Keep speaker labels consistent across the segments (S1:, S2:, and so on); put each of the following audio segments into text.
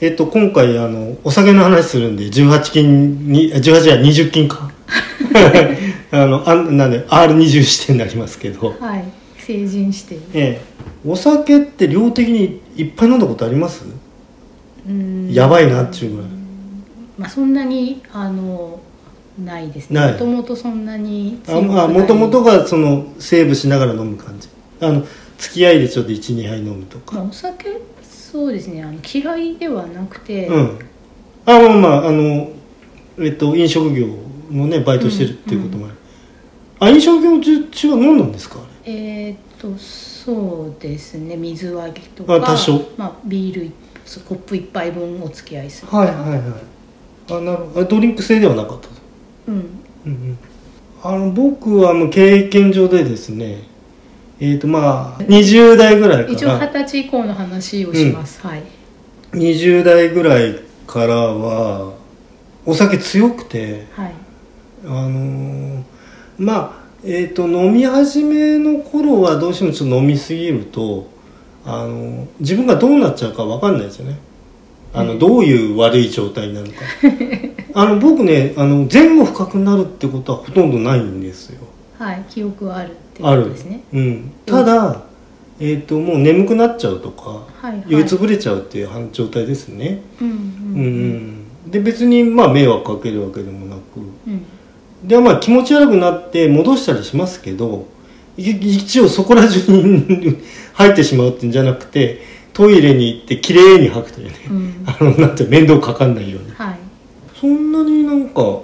S1: えっと、今回、あの、お酒の話するんで、18金に、あ18や20金か。 あの、あなんで、R20 視点になりますけど。
S2: はい成人してる
S1: ええ。お酒って量的にいっぱい飲んだことあります
S2: うん
S1: やばいなっちゅうぐらい。
S2: まあそんなにあのないです
S1: な
S2: ね
S1: い
S2: もともとそんなに
S1: あ
S2: くない
S1: まあもともとがそのセーブしながら飲む感じあの付き合いでちょっと12杯飲むとか
S2: まあお酒そうですねあの嫌いではなくて、
S1: うんあまあまああのえっと飲食業のねバイトしてるっていうこともある、あ飲食業中中は飲んだんですかあ
S2: えーっとそうですね水揚げとか
S1: あ多少
S2: まあ、ビール一そうコップ一杯分お付き合いする
S1: れはいはいはいあなるほどあドリンク制ではなかったと
S2: うん
S1: うんうんあの僕はもう経験上でですねえっ、とまあ20代ぐらいから
S2: 一応二十歳以降の話をします、はい
S1: 20代ぐらいからはお酒強くて
S2: はい
S1: あのーまあえっ、と飲み始めの頃はどうしてもちょっと飲みすぎると、あのー自分がどうなっちゃうか分かんないですよねあの、
S2: うん
S1: どういう悪い状態になるかあの僕ねあの前後不覚になるってことはほとんどないんですよ
S2: はい記憶はあるっていう
S1: あ
S2: こ
S1: る
S2: とですね
S1: うん、ただ、えっともう眠くなっちゃうとか、
S2: はいはい
S1: 酔いつぶれちゃうっていう状態ですね、
S2: うんう
S1: うん
S2: ん
S1: うん、で別にまあ迷惑かけるわけでもなく
S2: うん、うん
S1: でまあ気持ち悪くなって戻したりしますけどい一応そこら中に入ってしまうってんじゃなくてトイレに行って綺麗に吐くというね
S2: うん
S1: あのなんて面倒かかんないように
S2: はい
S1: そんなになんか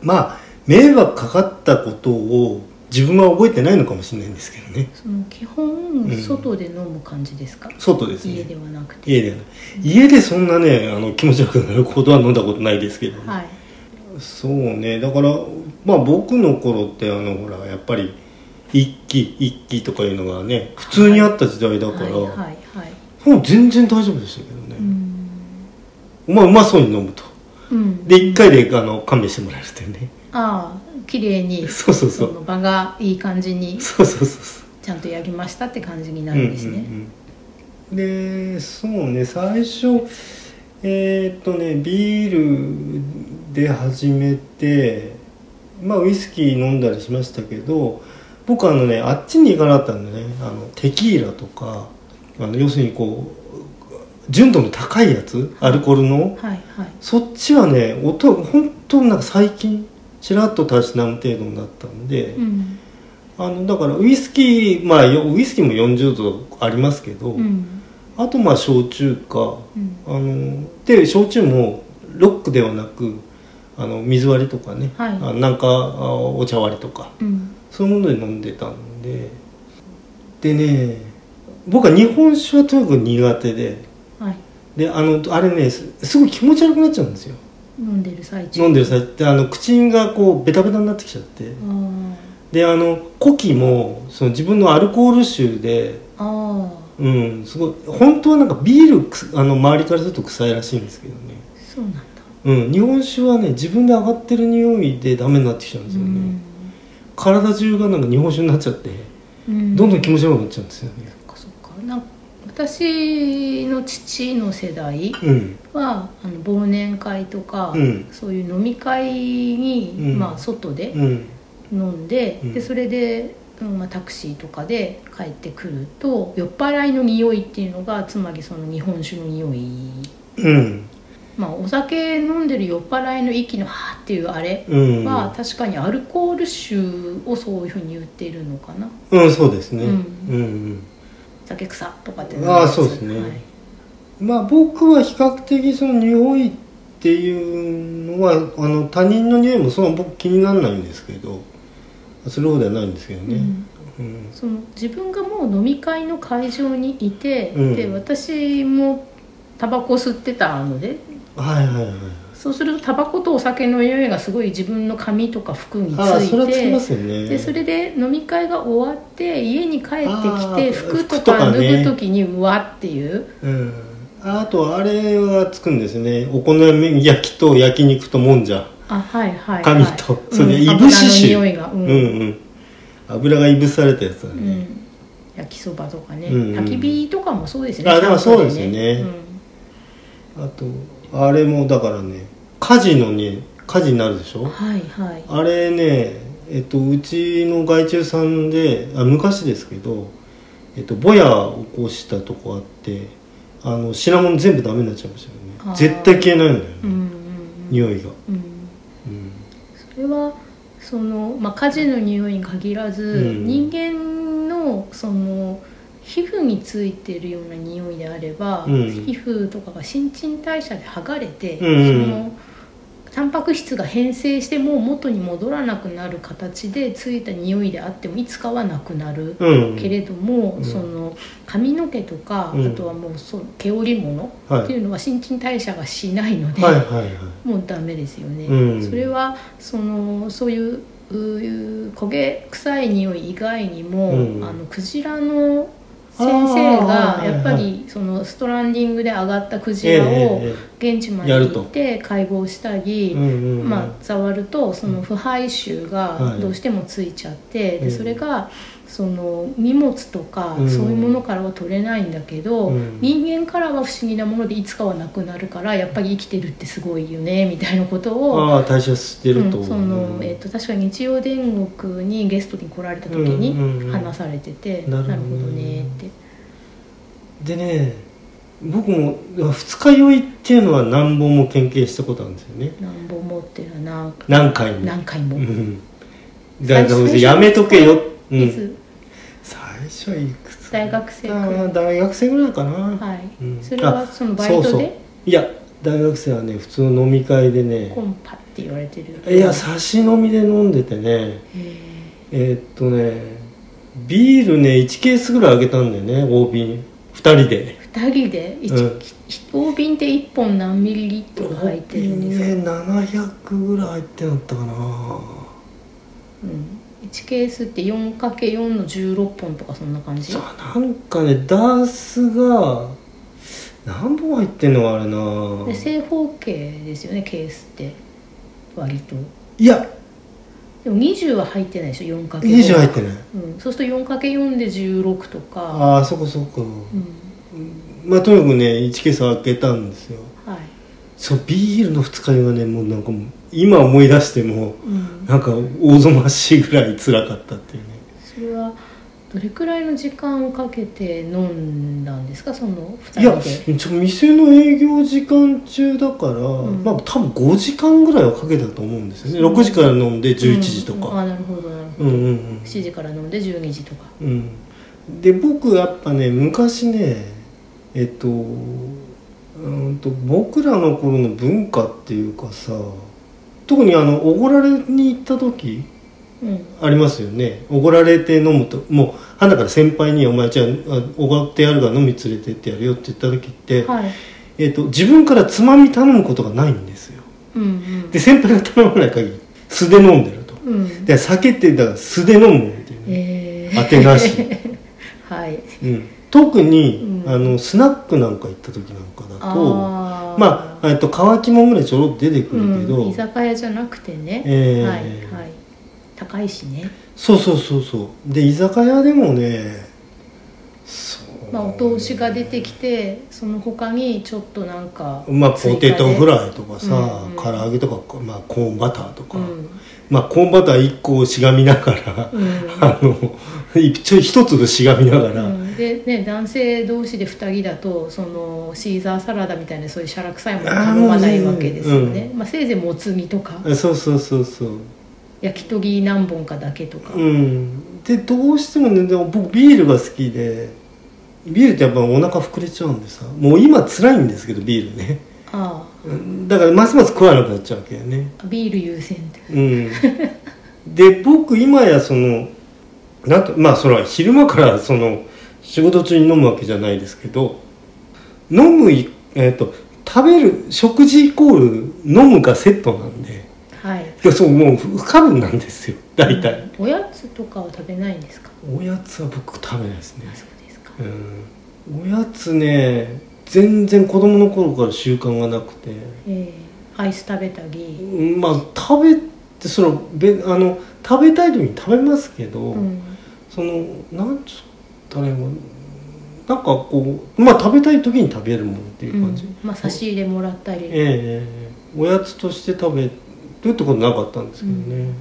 S1: まあ迷惑かかったことを自分は覚えてないのかもしれないんですけどね
S2: その基
S1: う
S2: 本
S1: ん
S2: 外で飲む感じですか、
S1: 外ですね
S2: 家ではなくて
S1: 家ではない家でそんなねあの気持ち悪くなることは飲んだことないですけどね、
S2: はい
S1: そうねだからまあ僕の頃ってあのほらやっぱり一期一期とかいうのがね普通にあった時代だから、
S2: はいはいはい
S1: もう全然大丈夫でしたけどね、
S2: うん
S1: お前うまそうに飲むと
S2: うん
S1: で1回であの勘弁してもらえるっていうね
S2: ああ綺麗に
S1: そうそうそ
S2: そうの場がいい感じに
S1: そうそうそうそう
S2: ちゃんとやりましたって感じになるんですね、
S1: うんうんうんでそうね最初えーっとねビールで始めてまあウイスキー飲んだりしましたけど僕あのねあっちに行かなかったんだねあのテキーラとかあの要するにこう純度の高いやつアルコールの
S2: はいはい
S1: そっちはね音本当なんか最近ちらっとたしなむ程度になったんで、
S2: うん
S1: あのだからウイスキーまあよウイスキーも40度ありますけど、
S2: うん
S1: あとまあ焼酎か
S2: うん
S1: あので焼酎もロックではなくあの水割りとかね、
S2: はい
S1: あなんかあお茶割りとか
S2: うん
S1: そういうもので飲んでたんででね僕は日本酒はとにかく苦手で
S2: はい
S1: であのあれねすすごい気持ち悪くなっちゃうんですよ
S2: 飲んでる最中
S1: 飲んでる際ってあの口がこうベタベタになってきちゃって。であの古希もその自分のアルコール臭で
S2: あーあ
S1: うんすごい本当はなんかビールくすあの周りからすると臭いらしいんですけどね
S2: ーそうなんだ
S1: うん日本酒はね自分で上がってる匂いでダメになってきちゃうんですよね、体中がなんか日本酒になっちゃって
S2: うん
S1: どんどん
S2: そ
S1: 気持ち悪くなっちゃうんですよね
S2: っかそっかなんか私の父の世代
S1: うん
S2: はあの忘年会とか、
S1: うん
S2: そういう飲み会に、
S1: うん
S2: まあ、外で
S1: うん
S2: 飲んで,、
S1: うん
S2: でそれで、うんまあ、タクシーとかで帰ってくると酔っ払いの匂いっていうのがつまりその日本酒の匂い、
S1: うん
S2: まあ、お酒飲んでる酔っ払いの息の「はーっていうあれ
S1: うん
S2: は、確かにアルコール臭をそういうふうに言っているのかな
S1: うんそうですね、う
S2: うんん、
S1: うん
S2: 酒臭とかって
S1: あーそうですね
S2: はい
S1: まあ僕は比較的その匂いっていうのはあの他人の匂いもそんな僕気にならないんですけどする方ではないんですけど
S2: う
S1: ね
S2: ん
S1: うん
S2: その自分がもう飲み会の会場にいて、
S1: うん
S2: で私もタバコ吸ってたので
S1: はいはいはい
S2: そうするとタバコとお酒の匂いがすごい自分の髪とか服につ
S1: ああそれはつきま
S2: い
S1: すよね
S2: てでそれで飲み会が終わって家に帰
S1: あ
S2: って
S1: ー
S2: きて服
S1: 服
S2: と
S1: とか
S2: か
S1: ね
S2: 脱ぐ時にうわっていう
S1: うんああとあれはつくんですねお好み焼きと焼肉ともんじゃ
S2: あはいはい、はい、
S1: 紙とそれで
S2: うん
S1: いぶし臭
S2: 油の匂いがう、
S1: うんんうん油がいぶされたやつだ
S2: う
S1: ね
S2: ん焼きそばとかね、
S1: うんうん
S2: 焚き火とかもそうですね
S1: あでもそうですよね
S2: キャンプでうん
S1: あとあれもだからね火事のね火事になるでしょ
S2: はいはい
S1: あれねえっとうちの害虫さんであ昔ですけど、えっと、ぼやを起こしたとこあってあの品物全部ダメになっちゃいましたよ
S2: あー
S1: ね絶対消えないんだよね、
S2: うんうん
S1: 匂いが、
S2: うんうん
S1: うん、
S2: それはその、まあ、火事の匂いに限らず、
S1: うん
S2: 人間のその皮膚についてるような匂いであれば、
S1: うん
S2: 皮膚とかが新陳代謝で剥がれて、
S1: うん
S2: そのタンパク質が変性してもう元に戻らなくなる形でついた匂いであってもいつかはなくなる。
S1: うん
S2: けれども、
S1: うん
S2: その髪の毛とか、
S1: うん
S2: あとはもうその毛織物
S1: はい
S2: っていうのは新陳代謝がしないので、
S1: はいはいはい
S2: もうダメですよね、
S1: うん
S2: それはそのそういううー焦げ臭い匂い以外にも、
S1: うん
S2: あのクジラの先生
S1: あ
S2: が
S1: ー
S2: やっ
S1: は
S2: ぱ
S1: いはい
S2: りそのストランディングで上がったクジラを
S1: え
S2: 現地まで
S1: やる
S2: 行
S1: と
S2: って解剖した
S1: え
S2: り、
S1: うんうん
S2: まあ、触るとその腐敗臭
S1: は
S2: が
S1: い
S2: どうしてもついちゃって、
S1: う
S2: で
S1: ん
S2: それがその荷物とか
S1: うん
S2: そういうものからは取れないんだけど、
S1: うん
S2: 人間からは不思議なものでいつかはなくなるからやっぱり生きてるってすごいよねみたいなことを。
S1: ああ代謝してると、
S2: うんそのえっと確か日曜天国にゲストに来られた時
S1: うんうんう
S2: に
S1: ん
S2: 話されてて、
S1: なるほ
S2: な
S1: ど
S2: るほどねって
S1: でね僕も二日酔いっていうのは何本も研究したことあるんですよね
S2: 何本もっていうのは
S1: 何回も
S2: 何何回も、
S1: うんだか
S2: 最
S1: ら
S2: 初
S1: やめとけよ、う
S2: い
S1: ん、
S2: つ
S1: 最初いくつ
S2: 大学生くらい
S1: ああ大学生ぐらいかな、
S2: はい、
S1: うん
S2: それはそのバイトで
S1: そうそういや大学生はね普通の飲み会でね
S2: コンパって言われてる
S1: いや差し飲みで飲んでてね
S2: へ
S1: えーっとねビールね1ケースぐらいあげたんだよね大瓶2人で
S2: ー二人で一、
S1: うん
S2: 大瓶って一本何ミリリットル入ってるんですか、
S1: ね700ぐらい入ってなかったかな
S2: うん、1ケースって 4×4 の16本とかそんな感じ
S1: さあなんかねダースが何本入ってんのあれ
S2: で
S1: な
S2: 正方形ですよねケースって割と
S1: いや
S2: でも20は入ってないでしょ 4×4
S1: 20入ってない
S2: うん、そうすると 4×4 で16とか、
S1: ああそこそこ、
S2: うん、
S1: まあとにかくね1ケース開けたんですよ
S2: はい、
S1: そうビールの二日酔いがねもうなんかもう今思い出しても
S2: うん、
S1: なんか大ぞましいぐらい辛かったっていうね
S2: それはどれくらいの時間をかけて飲んだんですかその
S1: いや
S2: 2人で
S1: ちょ店の営業時間中だから、
S2: ん
S1: まあ多分5時間ぐらいはかけたと思うんですよね6時から飲んで11時と
S2: うん、あ
S1: か、
S2: なるほどなるほど
S1: うん、うんうん
S2: 7時から飲んで12時とか
S1: うんで僕やっぱね昔ねえっとうんと僕らの頃の文化っていうかさ特にあのおごられに行った時
S2: うん
S1: ありますよねおごられて飲むともうはだから先輩に「お前じゃああおごってやるから飲み連れてってやるよ」って言った時って、
S2: はい
S1: えっと自分からつまみ頼むことがないんですよ
S2: うんうん
S1: で先輩が頼まない限り素で飲んでると
S2: うん
S1: で酒ってだから素で飲むっていうね、
S2: え
S1: 当て なし、
S2: ー、はい
S1: うん、特に、
S2: うん
S1: あのスナックなんか行った時なんかだと
S2: あー
S1: まあ、えっと、乾きもんぐらいちょろっと出てくるけど、
S2: うん、居酒屋じゃなくてね、
S1: えー
S2: はいはい高いしね
S1: そうそうそうそうで居酒屋でもねそう
S2: まあお通しが出てきてその他にちょっとなんか
S1: まあ、ポテトフ
S2: イ
S1: ライとかさ、
S2: うんうん
S1: 唐揚げとか、まあ、コーンバターとか、
S2: うん、
S1: まあ、コーンバター1個をしがみながら、
S2: うん
S1: あの一応一粒しがみながら、
S2: うんでね、男性同士で2人だとそのシーザーサラダみたいなそういうシャラ臭いもの頼まないわけですよね、まあ、せいぜいもつ煮とか
S1: そうそうそうそう
S2: 焼き鳥何本かだけとか、
S1: うんでどうしてもねでも僕ビールが好きでビールってやっぱお腹膨れちゃうんでさもう今辛いんですけどビールね
S2: あ
S1: うんだからますます食わなくなっちゃうわけよね
S2: あビール優先って
S1: うんで僕今やそのなんとまあそれは昼間からその仕事中に飲むわけじゃないですけど飲むいえっ、と食べる食事イコール飲むがセットなんで
S2: はい
S1: いやそうもう不可分なんですよ大体、
S2: うんおやつとかは食べないんですか
S1: おやつは僕食べないですね
S2: あそうですか
S1: うんおやつね全然子供の頃から習慣がなくて
S2: えーアイス食べたり、
S1: うんまあ食べてそのべあの食べたい時に食べますけど、
S2: うん
S1: そのなんつったらいいのかなんかこうまあ食べたい時に食べるものっていう感じ、
S2: うんまあ、差し入れもらったり、
S1: ええおやつとして食べるってことなかったんですけどね、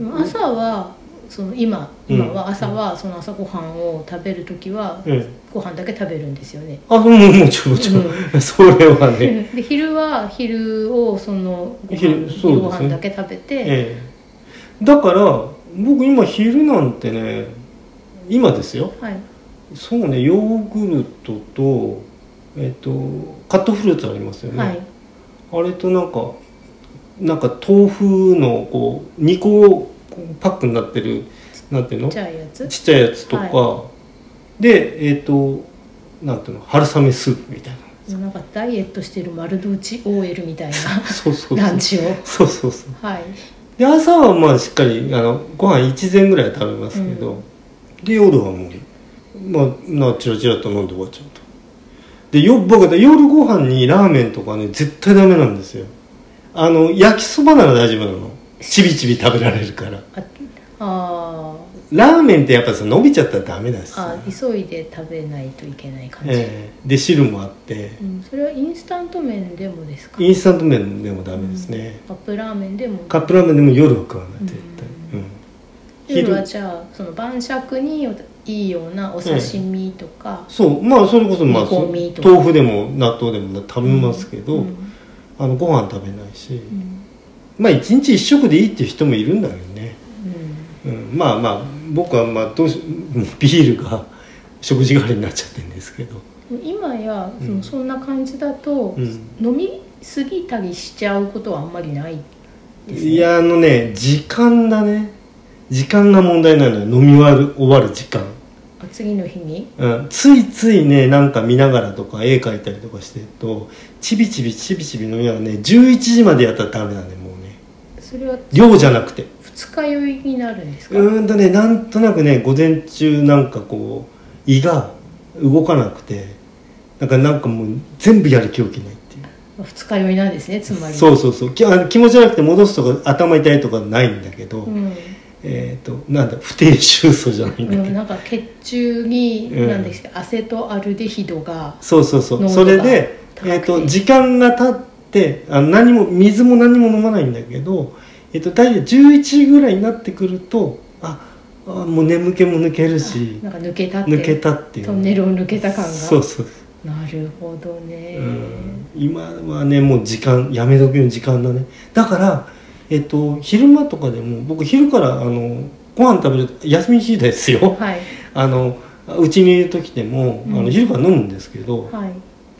S1: うん
S2: 朝はその今今は
S1: うん
S2: 朝はその朝ごはんを食べる時は
S1: ええ
S2: ご飯だけ食べるんですよね、
S1: あうんもちろんもちろん、 それはね、
S2: で昼は昼をそのご
S1: 昼そう
S2: 飯
S1: ですね
S2: ご飯だけ食べて、
S1: ええだから僕今昼なんてね今ですよ
S2: はい
S1: そうねヨーグルトとえっとカットフルーツありますよね、
S2: はい
S1: あれとなんかなんか豆腐のこう2個パックになってるなんていうの
S2: ちっちゃいやつ
S1: ちっちゃいやつとか、でえっ、となんていうの春雨スープみたいな
S2: なんかダイエットしてる丸の内 OL みたい
S1: そうそうそう
S2: なランチを
S1: そうそうそう
S2: はい
S1: で朝はまあしっかりあのご飯一膳ぐらいは食べますけど、
S2: う
S1: で夜はもうまあなチラチラと飲んで終わっちゃうとでよ僕は夜ご飯にラーメンとかね絶対ダメなんですよあの焼きそばなら大丈夫なのちびちび食べられるから
S2: ああ
S1: ラーメンってやっぱさ伸びちゃったらダメだし
S2: ー
S1: さ
S2: あ急いで食べないといけない感じ、
S1: ええで汁もあって
S2: うん、それはインスタント麺でもですか
S1: インスタント麺でもダメですね、
S2: カップラーメンでも
S1: カップラーメンでも夜は食わない絶対、うん
S2: 夜はじゃあその晩酌にいいようなお刺身とか、
S1: そうまあそれこそまあ
S2: 煮込みとか
S1: 豆腐でも納豆でも食べますけど、
S2: うん
S1: あのご飯食べないし、
S2: うん
S1: まあ一日一食でいいっていう人もいるんだけどね、
S2: うん
S1: うん、まあまあ僕はまあどうし もうビールが食事代わりになっちゃってるんですけど、
S2: 今やそ
S1: うん
S2: のそんな感じだと、
S1: うん、
S2: 飲み過ぎたりしちゃうことはあんまりないです、ね、
S1: いやあのね時間だね時間が問題なのよ飲み終わる終わる時間、
S2: あ次の日に
S1: うん、ついついねなんか見ながらとか絵描いたりとかしてるとちびちびちびちび飲みながらね11時までやったらダメだねもうね
S2: それは
S1: 量じゃなくて
S2: 二日酔いになるんですか、
S1: うーんとねなんとなくね午前中なんかこう胃が動かなくてなんかなんかもう全部やる気起きないっていう
S2: 二日酔いなんですねつまり
S1: そうそうそうきあの気持ちじゃなくて戻すとか頭痛いとかないんだけど、
S2: うん、
S1: えっ、となんだ不定収素じゃないんだ
S2: で
S1: けど、
S2: もなんか血中に
S1: うん
S2: 何ですか、汗とアルデヒドが
S1: そうそうそ
S2: 濃
S1: う
S2: 度
S1: それで、
S2: 高くて
S1: えー、と時間が経ってあの何も水も何も飲まないんだけど、えー、と大体11時ぐらいになってくるとああもう眠気も抜けるし
S2: なんか抜けたって
S1: 抜けたっていう
S2: トンネルを抜けた感が
S1: そうそう
S2: なるほどね、
S1: うん今はねもう時間やめ時の時間だねだから、えっと、昼間とかでも僕昼からあのご飯食べる休みの日ですよ
S2: はい
S1: あのうちにいる時でも、
S2: うん
S1: あの昼から飲むんですけど
S2: はい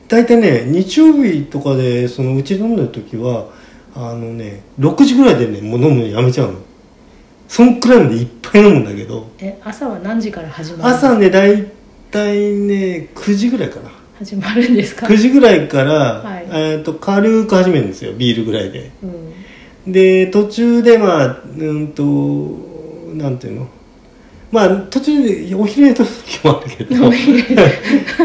S1: 大体ね日曜日とかでそのうち飲んでる時はあのね6時ぐらいでねもう飲むのやめちゃうのそんくらいまでいっぱい飲むんだけど
S2: え朝は何時から始まる
S1: 朝ね大体ね9時ぐらいかな
S2: 始まるんですか
S1: 9時ぐらいから、
S2: はい
S1: えー、と軽く始めるんですよビールぐらいで
S2: うん
S1: で途中でまあうんとなんていうのまあ途中でお昼寝とる時もあるけど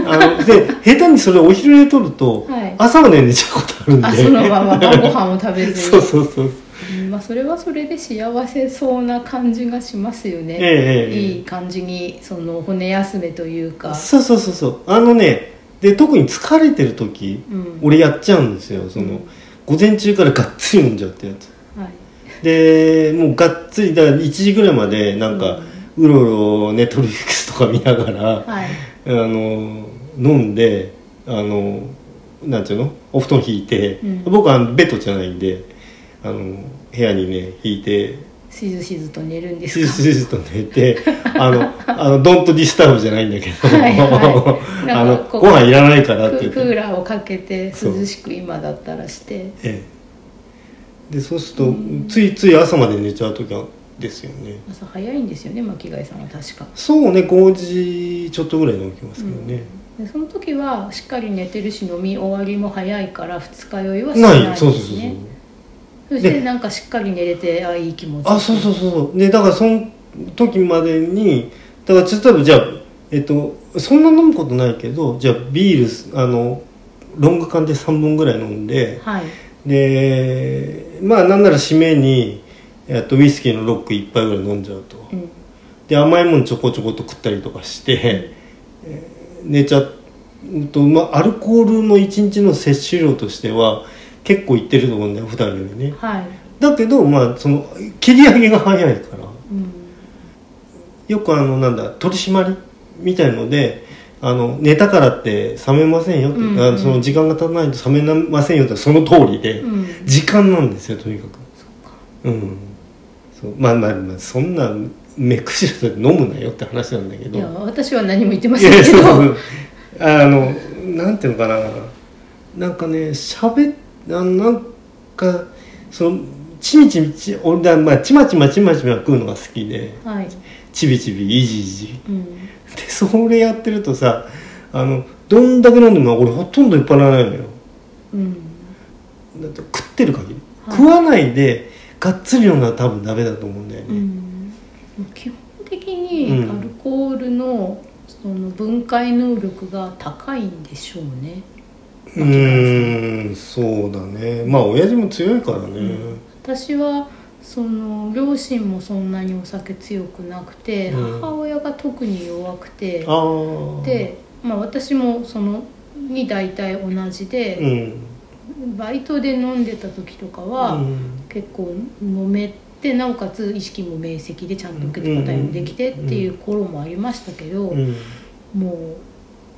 S1: あので下手にそれお昼寝とると、
S2: はい
S1: 朝まで寝ちゃうことあるんで
S2: あそのまま晩ご飯を食べずに
S1: そうそうそう
S2: うんまあ、それはそれで幸せそうな感じがしますよね、
S1: ええええ
S2: いい感じにその骨休めというか、
S1: そうそうそうそうあのねで特に疲れてる時、
S2: うん
S1: 俺やっちゃうんですよその、
S2: うん
S1: 午前中からがっつり飲んじゃうってやつ
S2: はい、
S1: でもうがっつりだから1時ぐらいまでなんか、うろうろネットフリックスとか見ながら、
S2: はい、
S1: あの飲んであのなんていうのお布団引いて、
S2: うん
S1: 僕はあのベッドじゃないんであの部屋にね引いて
S2: しずしずと寝るんです
S1: スー
S2: か
S1: スースーと寝てあのあの「ドントディスターブ」じゃないんだけど、
S2: はいは い
S1: あ
S2: なん
S1: の
S2: かこう
S1: ご飯いらないからって言
S2: ク
S1: っ
S2: クー
S1: て。
S2: ラーをかけて涼しく今だったらして
S1: ええでそうすると、ついつい朝まで寝ちゃう時はですよね
S2: 朝早いんですよね巻貝さんは確か
S1: そうね5時ちょっとぐらいで起きますけどね、
S2: でその時はしっかり寝てるし飲み終わりも早いから二日酔いはしな
S1: ないい、
S2: です
S1: そうそうそうそう
S2: ねそして
S1: で
S2: なんかしっかり寝れてあいい気持ち
S1: あそうそうそうそうでだからその時までにだからちょっとじゃあえっとそんな飲むことないけどじゃあビールあのロング缶で3本ぐらい飲んで
S2: はい
S1: でまあなんなら締めに、えっと、ウイスキーのロック1杯ぐらい飲んじゃうと
S2: うん
S1: で甘いものちょこちょこと食ったりとかして、え寝ちゃうと、まあ、アルコールの一日の摂取量としては結構いってると思うんだよ普段よりね
S2: はい、
S1: だけどまあその切り上げが早いから
S2: うん、
S1: よくあのなんだ取り締まりみたいのであの寝たからって冷めませんよって、
S2: うんうん
S1: あのその時間が経たないと冷めませんよってその通りで、
S2: うん、
S1: 時間なんですよとにかくうんそうまあまあまあそんな目くじらせて飲むなよって話なんだけど
S2: いや私は何も言ってま
S1: い
S2: せん
S1: や
S2: け
S1: そう
S2: ど
S1: そうあのなんていうのかななんかね喋っななんかそのちみちみち俺だまあちまちまちまちま食うのが好きで
S2: はい、
S1: ちびちびいじいじ
S2: うん、
S1: でそれやってるとさあのどんだけ飲んでも俺ほとんど酔っ払わないのよ
S2: うん、
S1: だって食ってる限り、
S2: はい
S1: 食わないでがっつり飲むのは多分ダメだと思うんだよ
S2: う
S1: ね、
S2: ん、基本的
S1: う
S2: に
S1: ん
S2: アルコールのその分解能力が高いんでしょうね、
S1: うーんそうだねまあ親父も強いからね、
S2: うん私はその両親もそんなにお酒強くなくて、
S1: うん
S2: 母親が特に弱くて
S1: ああ
S2: で、まあ、私もそのに大体同じで、
S1: うん
S2: バイトで飲んでた時とかは、
S1: うん
S2: 結構飲めてなおかつ意識も明晰でちゃんと受け答えもできてっていう頃もありましたけど、
S1: うん
S2: もう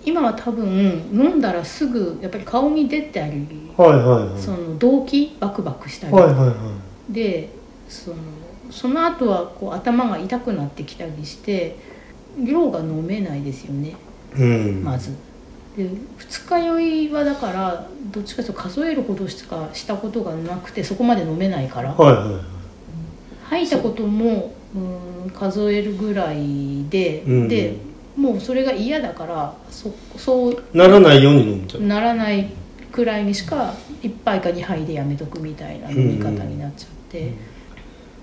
S2: 今は多分飲んだらすぐやっぱり顔に出たり、
S1: はいはいはい
S2: その動悸バクバクしたり、
S1: はいはいはい
S2: でそのその後はこう頭が痛くなってきたりして量が飲めないですよね
S1: うん
S2: まず。で二日酔いはだからどっちかというと数えるほどしかしたことがなくてそこまで飲めないから
S1: はいはいはい
S2: 吐いたこともうーん数えるぐらいで、
S1: うん
S2: でもうそれが嫌だからそそう
S1: ならないように飲んじゃう
S2: ならないくらいにしか1杯か2杯でやめとくみたいな飲み方になっちゃって、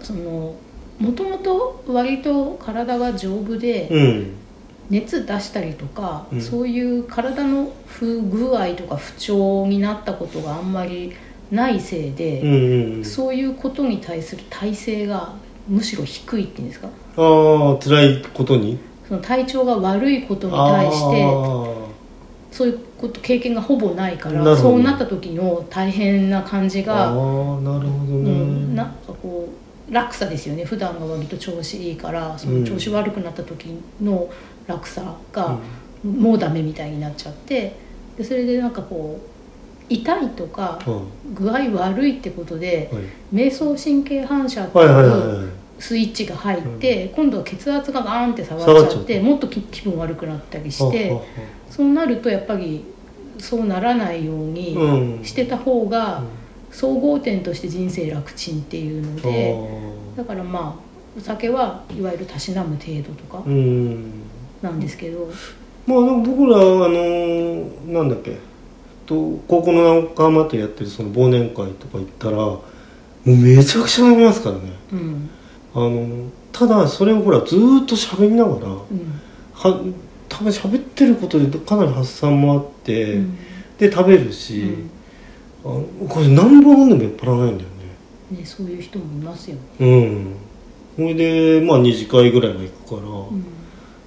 S2: そのもともと割と体が丈夫で、
S1: うん
S2: 熱出したりとか、
S1: うん
S2: そういう体の不具合とか不調になったことがあんまりないせいで。
S1: うんうんうん
S2: そういうことに対する耐性がむしろ低いっていうんですか
S1: ああ辛いことに
S2: その体調が悪いことに対してそういうこと経験がほぼないか
S1: なる
S2: ら
S1: ほど
S2: そうなった時の大変な感じ
S1: あーあ
S2: が、
S1: ーなるほど
S2: う
S1: ね、
S2: ん、なんかこう落差ですよね普段が割と調子いいからその調子悪くなった時の落差がもうダメみたいになっちゃってでそれでなんかこう痛いとか
S1: うんは
S2: 具合悪いってことで
S1: い
S2: 迷走神経反射ってい
S1: はいはいはいうはい
S2: スイッチが入って、今度は血圧がバーンって下がっ
S1: 下がっ
S2: ち
S1: ち
S2: ゃ
S1: ゃ
S2: っ
S1: ってて
S2: もっとき気分悪くなったりし
S1: は
S2: て
S1: は
S2: そうなるとやっぱりそうならないように
S1: は
S2: してた方
S1: う
S2: が
S1: ん
S2: 総合点として人生楽ちんっていうの
S1: あ
S2: で
S1: ー
S2: だからまあお酒はいわゆるたしなむ程度とか
S1: うん
S2: なんですけど、
S1: まあでも僕らあのーなんだっけと高校の仲間とやってるその忘年会とか行ったらもうめちゃくちゃ飲みますからね
S2: うん
S1: あのただそれをほらずーっと喋りながらは
S2: うん
S1: 多分喋ってることでかなり発散もあって、
S2: うん
S1: で食べるし、あのこれ何本飲んでも酔っ払わないんだよね
S2: うんね、そういう人もいますよ、
S1: うんそれでまあ2次会ぐらいは行くから、
S2: うん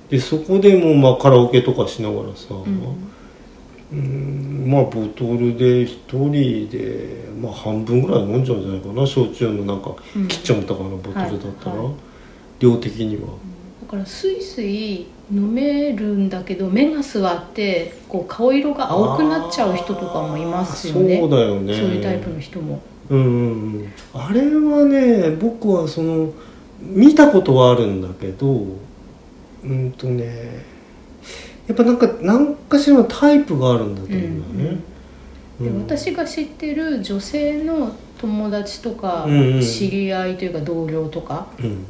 S1: でそこでもうまあカラオケとかしながらさ、
S2: うん
S1: うんまあボトルで一人で、まあ、半分ぐらい飲んじゃうんじゃないかな焼酎のなんか
S2: うん
S1: 切っちゃったかなボトルだったら、
S2: はいはい
S1: 量的には
S2: だからスイスイ飲めるんだけど目が座ってこう顔色が青くなっちゃう人とかもいますよね
S1: あーそうだよね
S2: そういうタイプの人も
S1: うんうんうんあれはね僕はその見たことはあるんだけどうんとねやっぱなんか何かしらのタイプがあるんだと思うんだよね、
S2: で
S1: うん
S2: 私が知ってる女性の友達とか、
S1: うんうん
S2: 知り合いというか同僚とか
S1: うん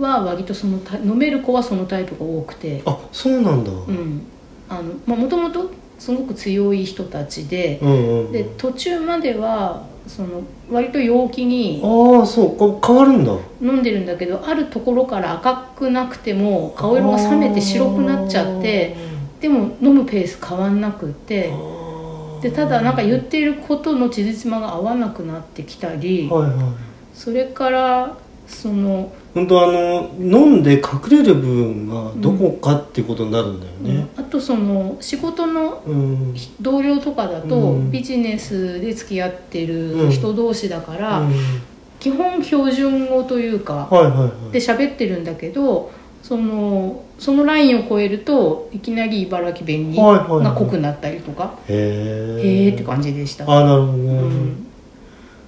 S2: は割とそのタイ飲める子はそのタイプが多くて
S1: あそうなんだ、う、
S2: うんんあのまあもともとすごく強い人たちで
S1: うんうん
S2: で途中まではその割と陽気に
S1: ああそうか変わるんだ
S2: 飲んでるんだけどあるところから赤くなくても顔色が冷めて白くなっちゃってでも飲むペース変わんなく
S1: あ
S2: て
S1: ー
S2: でただなんか言っていることのつ褄が合わなくなってきたり
S1: はいはい
S2: それからその、
S1: 本当あの飲んで隠れる部分がどこかってことになるんだよね。
S2: あとその仕事の
S1: うん。
S2: 同僚とかだと、
S1: うん
S2: ビジネスで付き合ってる人同士だから、
S1: うん
S2: 基本標準語というか、
S1: はいはいはい。
S2: で喋ってるんだけどそのそのラインを越えるといきなり茨城弁に
S1: はいはいはい
S2: が濃くなったりとか、
S1: へえ。
S2: へえって感じでした。
S1: あなるほどね。
S2: うん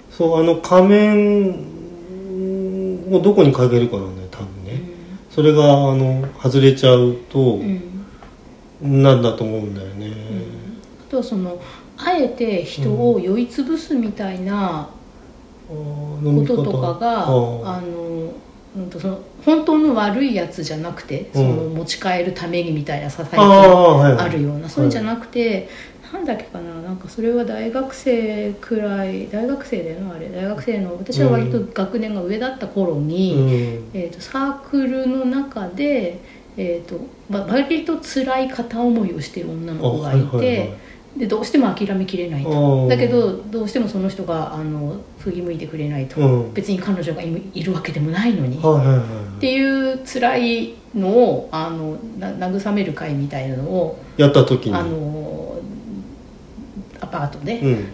S1: そうあの仮面をどこにかけるかなんだよ多分ね。それがあの外れちゃうと
S2: う、ん
S1: なんだと思うんだよね。
S2: あとはそのあえて人を酔い潰すみたいな
S1: あー飲
S2: こ
S1: み方
S2: ととかが、
S1: あー
S2: あのうんとその本当の悪いやつじゃなくて、その持ち帰るためにみたいなさ最
S1: あ
S2: 近
S1: ーはいはい
S2: あるようなそういうんじゃなくて、なんだっけかななんかそれは大学生くらい大学生だよなあれ大学生の私は割と学年が上だった頃に、
S1: うん
S2: えー、とサークルの中で、えー、とま割と辛い片思いをしてる女の子がいて、
S1: あはいはいはい
S2: でどうしても諦めきれないと。
S1: あー
S2: だけどどうしてもその人があの振り向いてくれないと、
S1: うん
S2: 別に彼女がいいるわけでもないのに、
S1: はいはいはい
S2: っていう辛いのをあのな慰める会みたいなのを
S1: やった時に
S2: あのアパートで
S1: うん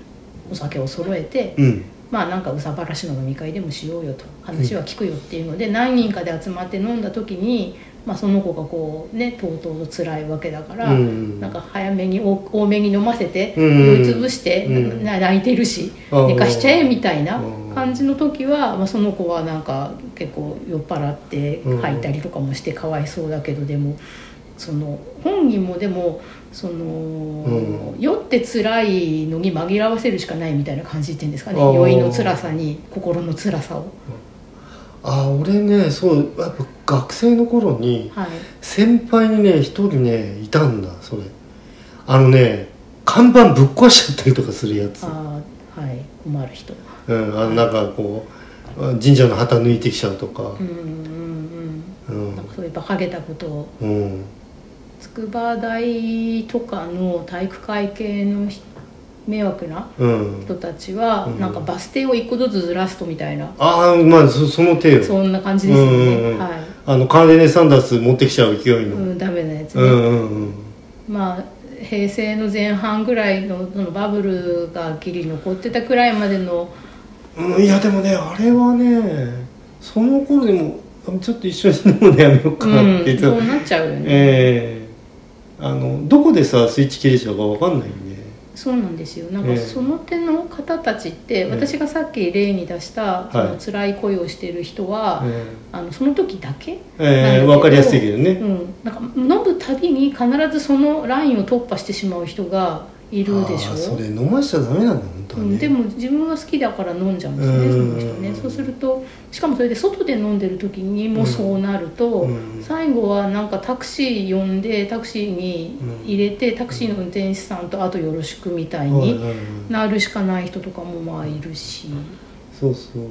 S2: お酒を揃えて、
S1: うん
S2: まあなんかうさばらしの飲み会でもしようよと話は聞くよっていうので、何人かで集まって飲んだ時に、まあ、その子がこうねとうとうと辛いわけだから、
S1: うん
S2: なんか早めに多多めに飲ませて
S1: う
S2: 酔
S1: ん
S2: いつぶして、
S1: うん
S2: な泣いてるし
S1: あー
S2: 寝かしちゃえみたいな
S1: うん
S2: 感じの時は、まあ、その子はなんか結構酔っ払って
S1: うん
S2: 吐いたりとかもしてかわいそうだけどでもその本人もでもその、
S1: う
S2: 酔って辛いのに紛らわせるしかないみたいな感じっていうんですかね
S1: あー
S2: 酔いの辛さに心の辛さを。
S1: あ俺ねそうやっぱ学生の頃に
S2: はい、
S1: 先輩にね一人ねいたんだそれあのね看板ぶっ壊しちゃったりとかするやつ
S2: あーはい困る人
S1: うんあのなんかこう神社の旗抜いてきちゃうとか
S2: うんうん
S1: う
S2: うん
S1: ん
S2: なんかそういう馬鹿げたことを
S1: うん
S2: 筑波大とかの体育会系のひ迷惑な
S1: うん
S2: 人たちは、
S1: うん
S2: なんかバス停を一個ずつずらすとみたいな、
S1: ああまあそその程度
S2: そんな感じですよ
S1: う
S2: ね、
S1: んうんうん
S2: はい、
S1: あのカーネネ・サンダース持ってきちゃう勢いの
S2: うん、ダメなやつ
S1: う
S2: ね、
S1: んうん
S2: まあ平成の前半ぐらいのそのバブルがギリ残ってたくらいまでの
S1: うんうんいやでもねあれはねその頃でもちょっと一緒に飲むのやめようかなって言
S2: う
S1: っ
S2: ん、
S1: てた、
S2: そうなっちゃうよね、
S1: ええあのどこでさスイッチ切れちゃうかわかんないんで
S2: そうなんですよなん
S1: え
S2: か
S1: え
S2: その手の方たちって、
S1: え
S2: 私がさっき例に出したそ
S1: は
S2: の
S1: い
S2: 辛い恋をしてる人は、
S1: え
S2: あのその時だけ
S1: えええ
S2: なんだけど
S1: わかりやすいけどね、
S2: うん、なんか飲むたびに必ずそのラインを突破してしまう人がいるでし
S1: あ
S2: ょ
S1: あそれ飲ましちゃダメなんだ本当
S2: う
S1: は
S2: ん、
S1: ね
S2: でも自分は好きだから飲んじゃうんですね
S1: う
S2: そ
S1: ん
S2: の人ねそうするとしかもそれで外で飲んでる時にもそうなると、
S1: うん
S2: 最後はなんかタクシー呼んでタクシーに入れて、タクシーの運転手さんとあとよろしくみたい
S1: はい
S2: に
S1: はいはい
S2: なるしかない人とかもまあいるし、
S1: そうそう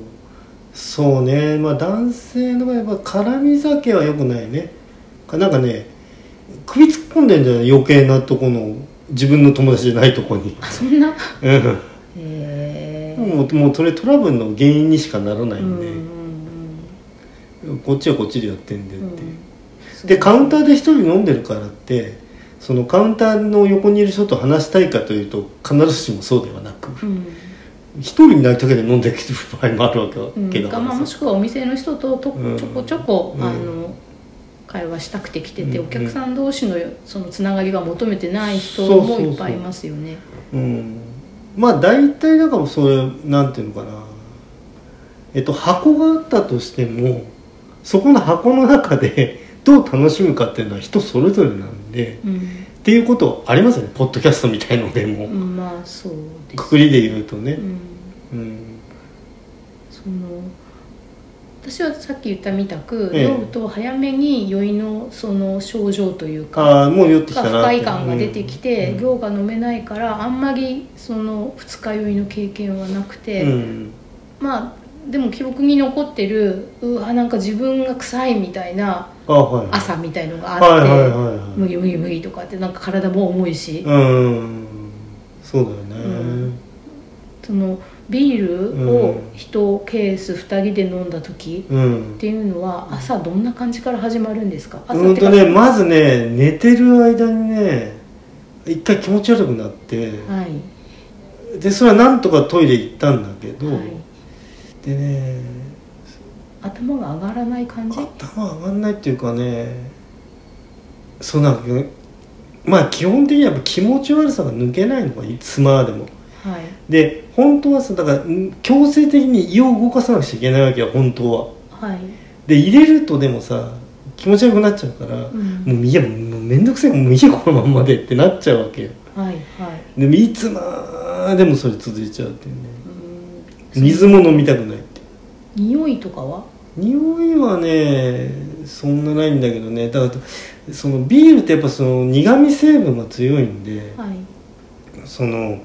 S1: そうねまあ男性の場合やっぱ絡み酒はよくないねなんかね首突っ込んでんじゃない余計なとこの自分の友達じゃないとこに
S2: あそんな
S1: うん
S2: へえ
S1: もうもうそれトラブルの原因にしかならな
S2: う
S1: い
S2: んうんんう
S1: で、
S2: ん
S1: こっちはこっちでやってんでっ
S2: うん
S1: ていう、でカウンターで一人飲んでるからってそのカウンターの横にいる人と話したいかというと必ずしもそうではなく
S2: うん
S1: 一人になりたけで飲んでる場合もあるわけ
S2: うん
S1: けだ
S2: か
S1: か
S2: まあ、も
S1: ら
S2: し
S1: さ、
S2: くはお店の人とと
S1: うん
S2: ちょこちょこ、
S1: うん
S2: あの会話したくて来てて、
S1: うん
S2: お客さん同士のそのつながりが求めてない人
S1: そうそう
S2: も
S1: そう
S2: いっぱいいますよね。
S1: うん、まあ大体だからそれなんていうのかなえっと箱があったとしてもそこの箱の中で どう楽しむかっていうのは人それぞれなんでっていうことありますよねポッドキャストみたいのでも、
S2: うん、まあそうです
S1: くくりで言うとね
S2: う、ん
S1: うん
S2: その私はさっき言ったみたく、
S1: ええ
S2: 酔うと早めに酔いのその症状というか
S1: ああもう酔ってき
S2: が
S1: た
S2: 不
S1: な
S2: 快感が出てきて、
S1: うん
S2: 量が飲めないからあんまりその二日酔いの経験はなくて。
S1: うん
S2: まあでも記憶に残ってるうわなんか自分が臭いみたいな
S1: あはい
S2: 朝みたいのが
S1: はいはい
S2: あって
S1: はい
S2: 「
S1: は
S2: 無理無理無理」とかってなんか体も重い
S1: い
S2: し
S1: うんそうだよね、
S2: うんそのビール
S1: う
S2: を
S1: ん
S2: 1ケース2人で飲んだ時
S1: うん
S2: っていうのは朝どんな感じから始まるんですか朝
S1: う
S2: っ
S1: ん
S2: てか
S1: とねまずね寝てる間にね一回気持ち悪くなって
S2: はい
S1: でそれはなんとかトイレ行ったんだけど、
S2: はい
S1: でね
S2: 頭が上がらない感じ
S1: 頭上がんないっていうかねそうなんかまあ基本的にはやっぱ気持ち悪さが抜けないのがいつまでも
S2: はい
S1: で本当はさだからん強制的に胃を動かさなくちゃいけないわけよ本当は
S2: はい、
S1: で入れるとでもさ気持ち悪くなっちゃうから、
S2: うん
S1: もういやもうめんどくせえもういいよこのままでってなっちゃうわけよ
S2: はいはい
S1: でもいつまでもそれ続いちゃうっていうね
S2: うん
S1: 水も飲みたくないって
S2: 匂いとかは
S1: 匂いはねそんなないんだけどねだからそのビールってやっぱその苦味成分が強いんで、
S2: はい
S1: その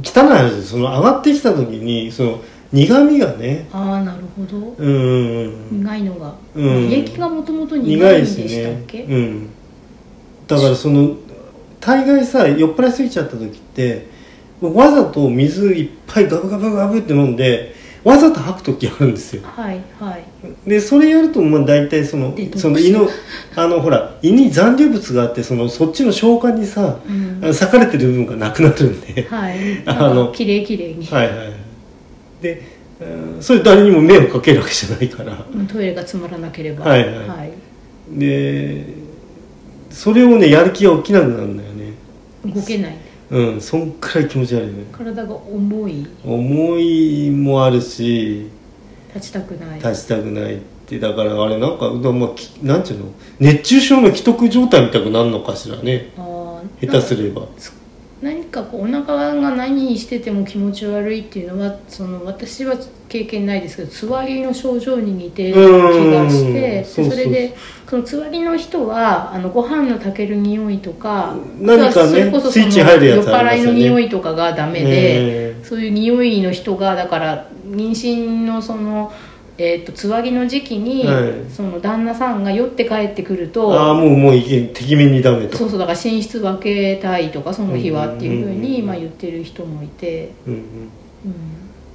S1: 汚い話ですその上がってきた時にその苦味がね
S2: ああなるほど
S1: うんうん
S2: 苦いのが、
S1: うん
S2: 胃液がもともと
S1: うん
S2: 苦
S1: 苦
S2: い
S1: い
S2: んで
S1: し
S2: したっ
S1: ね
S2: け、
S1: うんだからその大概さ酔っ払いすぎちゃった時ってわざと水いっぱいガブガブガブって飲んでわざと吐く時あるんですよ
S2: はいはい
S1: でそれやるとまあ大体その
S2: デトックス
S1: その胃のあのほら胃に残留物があってそのそっちの消化にさ
S2: うん
S1: 裂かれてる部分がなくなるんで
S2: はい
S1: あ
S2: なん
S1: の
S2: かきれいきれいに、
S1: はいはいはいで、うんそれ誰にも迷惑かけるわけじゃないから
S2: うんトイレがつまらなければ
S1: はいはいでそれをねやる気が起きなくなるんだよね
S2: 動けない
S1: うんそんくらい気持ち悪いね
S2: 体が重い
S1: 思いもあるし
S2: 立ちたくない
S1: 立ちたくないってだからあれなんか、まあ、きなんていうの熱中症の既得状態みたくなるのかしらね
S2: あー
S1: 下手すれば
S2: 何かこうお腹が何してても気持ち悪いっていうのはその私は経験ないですけどつわりの症状に似てる気がし
S1: う
S2: て
S1: んそうそう
S2: それでそのつわりの人はあのご飯の炊ける匂いとか
S1: 何かね
S2: それこそその
S1: スイッチ入るやつありますよね
S2: 酔っ払いの匂いとかがダメで、
S1: え
S2: そういう匂いの人がだから妊娠のその。えー、とつわぎの時期に、
S1: はい
S2: その旦那さんが酔って帰ってくると
S1: ああもうもういけてきめんにダメと
S2: そうそうだから寝室分けたいとかその日はっていうふうに
S1: うん
S2: まあ言ってる人もいて、
S1: うんうん
S2: うん、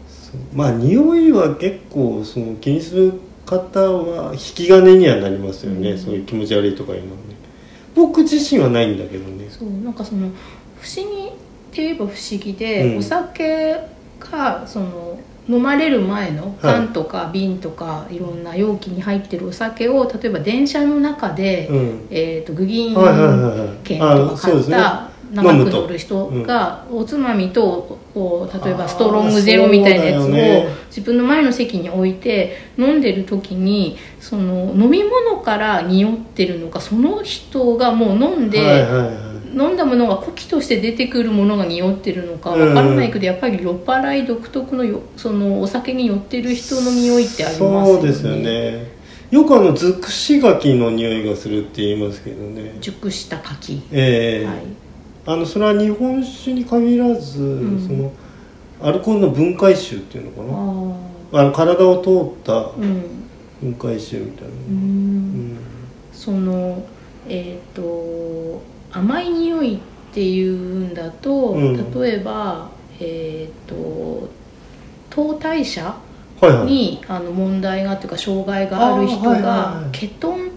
S1: そうまあ匂いは結構その気にする方は引き金にはなりますよね、
S2: うん
S1: そういう気持ち悪いとかいうのはね僕自身はないんだけどね
S2: そうなんかその不思議って言えば不思議で、
S1: うん
S2: お酒がその飲まれる前の缶とか瓶とかいろんな容器に入ってるお酒を例えば電車の中で、
S1: うん
S2: えー、とグギ
S1: はいはいは
S2: ーン
S1: いはい
S2: 券とか
S1: あそう
S2: 買
S1: で
S2: っ
S1: すね
S2: た
S1: 飲
S2: 長
S1: む
S2: く
S1: と
S2: 乗る人がおつまみとこう例えばストロングゼロみたいなやつ
S1: あーそ
S2: を
S1: うだよね
S2: 自分の前の席に置いて飲んでる時にその飲み物から匂ってるのかその人がもう飲ん
S1: はい
S2: で
S1: はいはい
S2: 飲んだものが呼気として出てくるものが匂ってるのかわからないけどやっぱり酔っ払い独特のよそのお酒に酔ってる人の匂いってありますよ
S1: そ
S2: ね。
S1: うですよねよくあの尽くし柿の匂いがするって言いますけどね
S2: 熟した柿、
S1: ええ
S2: はい
S1: あのそれは日本酒に限らず、
S2: ん
S1: そのアルコールの分解臭っていうのかな
S2: あ
S1: あの体を通った
S2: ーうん
S1: 分解臭みたいな、
S2: うー
S1: う
S2: ん
S1: ん
S2: そのえっ、と甘い匂いっていうんだと、
S1: うん
S2: 例えばえっ、と糖代謝
S1: はいはい
S2: に、あの問題がというか障害がある人が、
S1: あーはいはいはい
S2: ケトン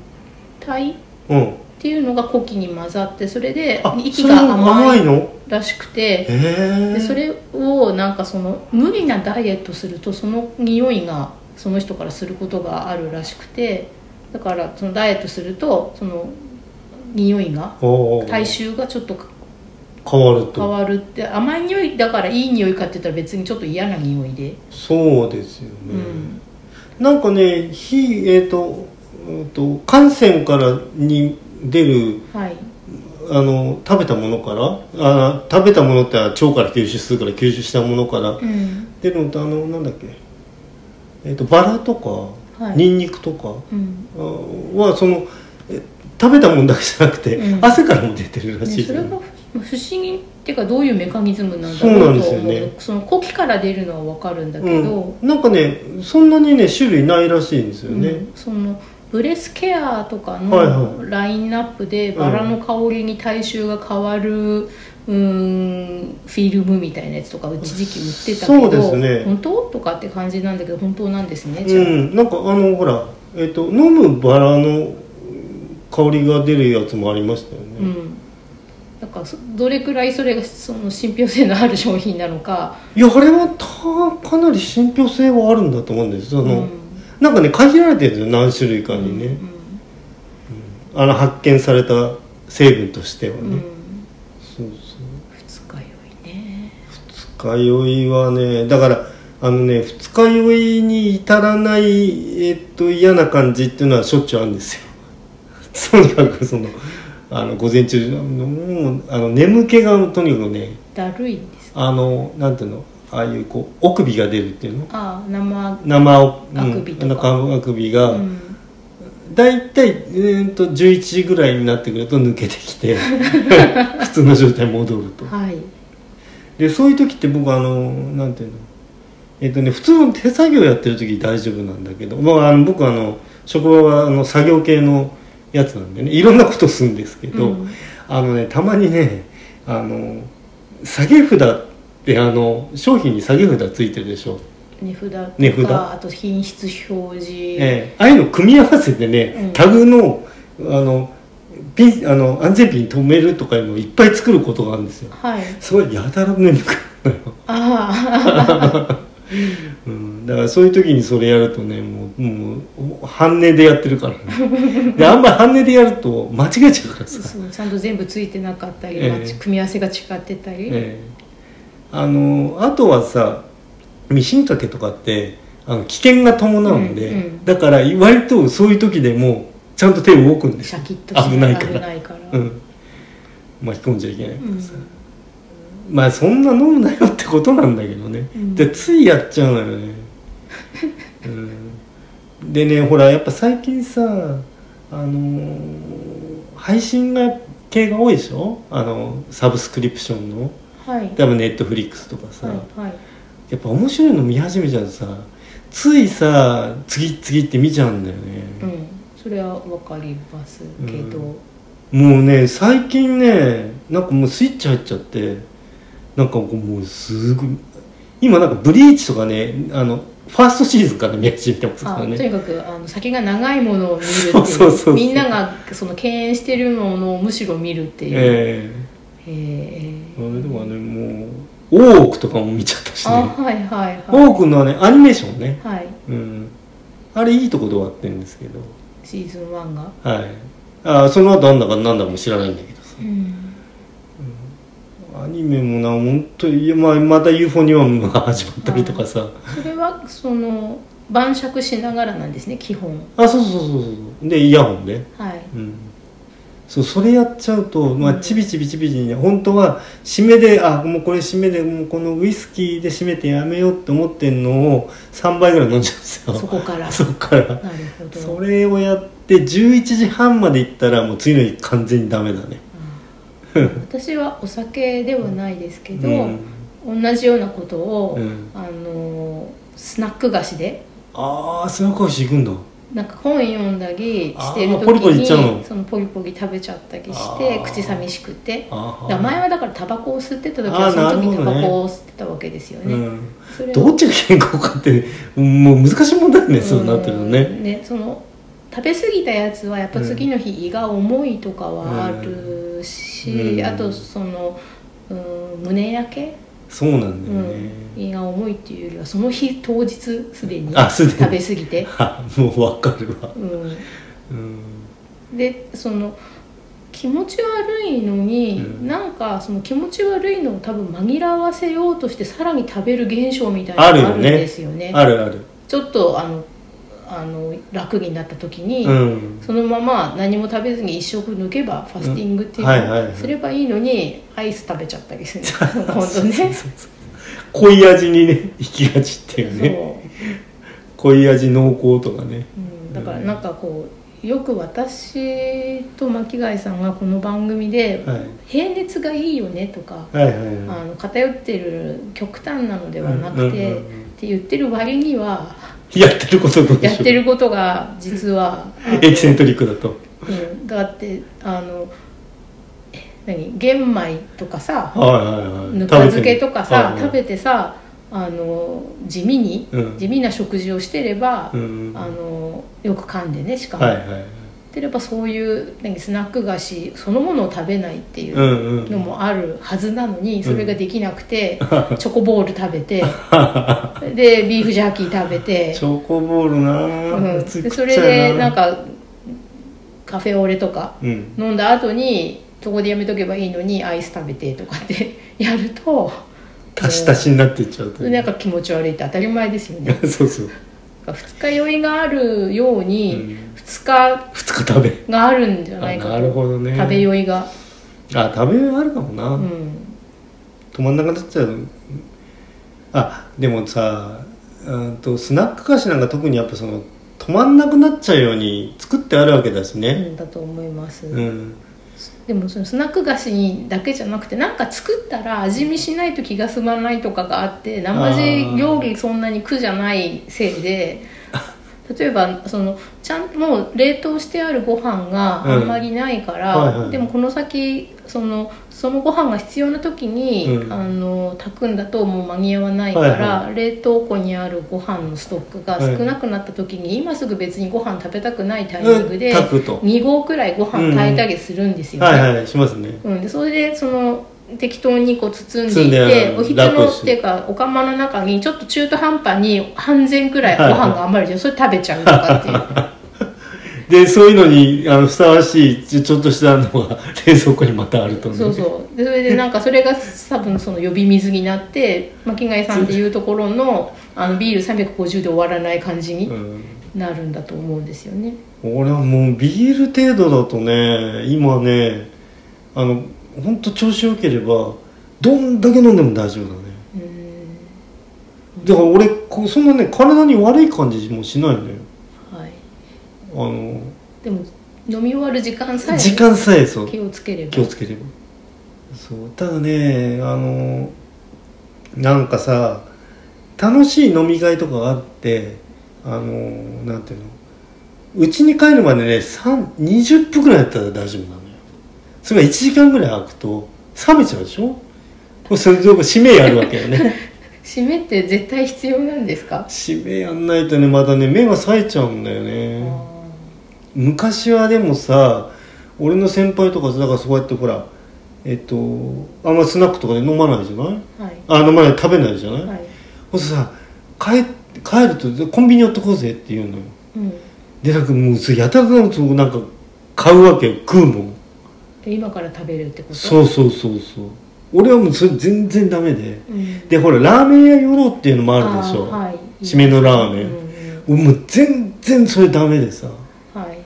S2: 体っ
S1: うん
S2: ていうのが呼気に混ざってそれで
S1: あ
S2: 息が
S1: そ
S2: 甘
S1: れ
S2: い
S1: もの
S2: らしくて。
S1: へえ
S2: でそれをなんかその無理なダイエットするとその匂いがその人からすることがあるらしくてだからそのダイエットするとその匂いが
S1: おうおう
S2: 体臭がちょっと
S1: 変わる
S2: 変
S1: と
S2: わるって甘い匂いだからいい匂いかって言ったら別にちょっと嫌な匂いで、
S1: そうですよね、
S2: うん
S1: なんかね非えっ、と,、うんと汗腺からに出る
S2: はい
S1: あの食べたものからあ食べたものってのは腸から吸収するから吸収したものから
S2: うん
S1: 出るのとあのなんだっけえっ、とバラとか、
S2: はい
S1: ニンニクとか
S2: うん
S1: あはそのえ食べたものだけじゃなくて、
S2: うん
S1: 汗からも出てるら
S2: ね
S1: しいじ
S2: それ
S1: ゃ
S2: が
S1: ない
S2: 不思議っていうかどういうメカニズムなんだ
S1: そうな
S2: ろ
S1: ん
S2: う
S1: で
S2: と
S1: すよ
S2: 思う
S1: ね
S2: その呼気から出るのは分かるんだけど、
S1: うん、なんかねそんなにね種類ないらしいんですよね、
S2: うんそのブレスケアとか
S1: はいは
S2: のラインナップでバラの香りに体臭が変わるうーんフィルムみたいなやつとか一時期売ってたけど
S1: そうですね
S2: 本当とかって感じなんだけど本当なんですねじゃあ、
S1: うん、なんかあのほら、えっと飲むバラの香りが出るやつもありましたよ
S2: う
S1: ね、
S2: ん、だからそどれくらいそれがその信憑性のある商品なのか、
S1: いやあれはたかなり信憑性はあるんだと思うんですその、
S2: うん
S1: なんかね限られてるんですよ何種類かにね、あの発見された成分としてはね、
S2: うんうん、
S1: そうそう
S2: 二日酔いね
S1: 二日酔いはねだからあのね二日酔いに至らない、えっと、嫌な感じっていうのはしょっちゅうあるんですよ とにかくそのあの午前中もうあの眠気がとにかくね
S2: だるいんです
S1: あのなんていうのああいうこうお首が出るっていうの
S2: ああ生
S1: 生お
S2: あくびとか
S1: うん、あくびが、
S2: うん
S1: だいたい、えー、と11時ぐらいになってくると抜けてきて 普通の状態に戻ると
S2: はい
S1: でそういう時って僕あのなんていうのえっ、とね普通の手作業やってる時大丈夫なんだけど、まあ、あの僕あの職場はあの作業系のやつなんでねいろんなことするんですけど、
S2: うん
S1: あのねたまにねあの下げ札ってあの商品に下げ札ついてるでしょ、
S2: 値札とか
S1: 値札
S2: あと品質表示、
S1: ええああいうの組み合わせてね、
S2: うん
S1: タグのあのピンあの安全ピン止めるとかいうのをいっぱい作ることがあるんですよ
S2: はい
S1: すごいやたら眠くなるのよ
S2: あ
S1: うん、だからそういう時にそれやるとねもうもう半値でやってるから ねであんまり半値でやると間違えちゃうから
S2: あ
S1: さ、
S2: そうちゃんと全部ついてなかったり、
S1: ええ
S2: まあ組み合わせが違ってたり、
S1: ええあのあとはさミシン掛けとかってあの危険が伴うんで、
S2: うんうん
S1: だから割とそういう時でもちゃんと手を動くんです
S2: シ
S1: よ
S2: ャキッと
S1: 危ないから
S2: 危ないから、
S1: うん、巻き込んじゃいけないか
S2: う
S1: ら
S2: ん
S1: さ、まあそんな飲むなよってことなんだけどね、
S2: うん
S1: でついやっちゃうのよ ね、うん、でねほらやっぱ最近さあのー配信が系が多いでしょあのサブスクリプションの
S2: はい
S1: 多分ネットフリックスとかさ、
S2: はいはい
S1: やっぱ面白いの見始めちゃうとさついさ次々って見ちゃうんだよね、
S2: うん、それはわかりますけど、
S1: うんもうね最近ねなんかもうスイッチ入っちゃってなんかこうもうすぐ今なんかブリーチとかねあのファーストシリーズンから見始めてますか
S2: あ
S1: ら
S2: とに
S1: ね
S2: かくあの先が長いものを見るっていう
S1: そうそうそうそう
S2: みんながその敬遠してるものをむしろ見るっていう、
S1: え
S2: ええ
S1: えあれとかねもう大奥とかも見ちゃったし
S2: あ
S1: ね
S2: はいはい
S1: 大
S2: は
S1: 奥のねアニメーションね
S2: い、はい、
S1: うんあれいいとこで終わってるんですけど
S2: シーズン1が、
S1: はいあその後あんだかなんだかも知らないんだけどさ
S2: うん、
S1: アニメもな本当にいやまあまた UFO ニアムが始まったりとかさ、
S2: それはその晩酌しながらなんですね基本
S1: あそうそうそうそうでイヤホンね
S2: はい
S1: うんそうそれやっちゃうと、まあ、
S2: うん
S1: ちびちびちびちにね本当は締めであもうこれ締めでもうこのウイスキーで締めてやめようって思ってんのを3杯ぐらい飲んじゃうんですよ
S2: そこか ら
S1: そっから
S2: なるほど
S1: それをやって11時半まで行ったらもう次の日完全にダメだね
S2: うん私はお酒ではないですけど、
S1: うん
S2: 同じようなことを、
S1: うん
S2: あのスナック菓子で
S1: ああスナック菓子行くんだ
S2: なんか本読んだりして
S1: あ
S2: る
S1: ー
S2: 時に
S1: ポリポリいっちゃうの
S2: そのポリポリ食べちゃったりし
S1: あ
S2: て
S1: ー
S2: 口寂しくて
S1: あー
S2: だから前はだからタバコを吸ってた時
S1: あ
S2: は
S1: ー
S2: その時
S1: なるほど
S2: タバ
S1: ね
S2: コを吸ってたわけですよ
S1: う
S2: ね。
S1: ん、
S2: それを
S1: どっちが健康かってもう難しい問題ねそうなってるのね、
S2: うんねその食べ過ぎたやつはやっぱ次の日胃が重いとかはある
S1: うん
S2: し、あとその、うん、胸焼け、
S1: そうなん
S2: う
S1: だよ
S2: ん
S1: ね、
S2: 胃が重いっていうよりはその日当日すでに
S1: あすでに
S2: 食べ過ぎて。
S1: あもうわかるわ
S2: うん
S1: うん
S2: でその気持ち悪いのに、
S1: うん
S2: なんかその気持ち悪いのを多分紛らわせようとしてさらに食べる現象みたいなのがあ
S1: ある
S2: るん
S1: よね
S2: ですよね
S1: あるある
S2: ちょっとあのあの楽になった時に、
S1: うん
S2: そのまま何も食べずに一食抜けばファスティングっていう
S1: はいはい
S2: の
S1: は
S2: を
S1: い
S2: すればいいのにアイス食べちゃったりする 本当
S1: そう
S2: ね
S1: そうそう濃い味にね 行きがちっていうね
S2: そう
S1: 濃い味濃厚とかね
S2: うんだからなんかこうよく私と巻貝さんがこの番組で
S1: はい
S2: 「平熱がいいよね」とか、
S1: はいはい
S2: あ
S1: は
S2: の偏ってる極端なのではなくて、
S1: うんうんうんうん
S2: って言ってる割にはい
S1: やってることどうで
S2: や
S1: しょう
S2: ってることが 実はあの
S1: エキセントリックだと
S2: うん、だってあのえ何玄米とかさ
S1: はいはいはい
S2: ぬか漬けとかさ食
S1: 食べ
S2: べてさあの地味に、
S1: てみるうん
S2: 地味な食事をしてれば、
S1: うん
S2: あのよく噛んでねしかも、
S1: はいはい
S2: ってればそういう何スナック菓子そのものを食べないっていう
S1: うんうん
S2: のもあるはずなのにそれができなくて、チョコボール食べ てでビーフジャーキー食べ て
S1: チ、ョコボールなあ
S2: うん、
S1: 作っ
S2: で
S1: ちゃ
S2: そうれでなんかカフェオレとか
S1: うん
S2: 飲んだ後にそこでやめとけばいいのにアイス食べてとかって やると
S1: 足し足しになっていっちゃうという
S2: なんか気持ち悪いって当たり前です よね
S1: そうそう
S2: 二日酔いがあるように
S1: うん
S2: 二日
S1: 二日食べ
S2: があるんじゃないかと
S1: あなるほどね
S2: 食べ酔いが、
S1: あ食べようあるかもな、
S2: うん、
S1: 止まんなくなっちゃうあでもさうんとスナック菓子なんか特にやっぱその止まんなくなっちゃうように作ってあるわけだし
S2: う
S1: ね
S2: んだと思います、
S1: うん、
S2: でもそのスナック菓子にだけじゃなくてなんか作ったら味見しないと気が済まないとかがあって生地料理そんなに苦じゃないせ いで例えばそのちゃんもう冷凍してあるご飯があんまりないから、
S1: うんはいはい
S2: でもこの先そのそのご飯が必要な時に、
S1: うん
S2: あの炊くんだともう間に合わないから、
S1: はい
S2: 冷凍庫にあるご飯のストックが少なくなった時に、今すぐ別にご飯食べたくないタイミングで、
S1: 炊くと
S2: 2合くらいご飯炊いたりするんですよね、
S1: はいはいしますね
S2: うん、でそれでその適当にこう包ん
S1: 包ん
S2: でいっ
S1: で
S2: ておひつ
S1: 楽
S2: の
S1: して
S2: っていうかお釜の中にちょっと中途半端に半膳くらいご飯が余るじゃんそれ食べちゃうとかっていう
S1: でそういうのにあのふさわしいちょちょっとしたのが冷蔵庫にまたあるとね
S2: そうそうでそれでなんかそれが多分その呼び水になって巻貝さんっていうところのあのビール350で終わらない感じに
S1: ん、
S2: なるんだと思うんですよね
S1: 俺はもうビール程度だとね今ねあの本当調子よければどんだけ飲んでも大丈夫だね
S2: うん
S1: だから俺こうそんなね体に悪い感じもしないのよ
S2: はい
S1: あの
S2: でも飲み終わる時間さえ
S1: 時間さえそう
S2: 気をつければ
S1: 気をつければそうただねあのなんかさ楽しい飲み会とかがあってあのなんていうのうちに帰るまでね3 20分ぐらいだったら大丈夫なのよそれが1時間ぐらい空くと冷めちゃうでしょもうそれと締めやるわけよね
S2: 締めって絶対必要なんですか
S1: 締めやんないとねまたね目が冴えちゃうんだよね昔はでもさ俺の先輩とかさだからそうやってほらえっとあんまスナックとかで飲まないじゃない
S2: はい
S1: あ飲まない食べないじゃない、
S2: はい、
S1: ほんとさ帰帰るとコンビニ寄ってこうぜって言うのよ
S2: うん、で
S1: でなんかもうそれやたらなんかそうなんか買うわけよ食うもん
S2: 今から食べるってこと、
S1: そううそうそうそう俺はもうそれ全然ダメで
S2: ん、
S1: でほらラーメン屋寄ろうっていうのもあるでしょ、
S2: ーはい、
S1: 締めのラーメン
S2: うん
S1: 俺もう全然それダメでさ
S2: うんはい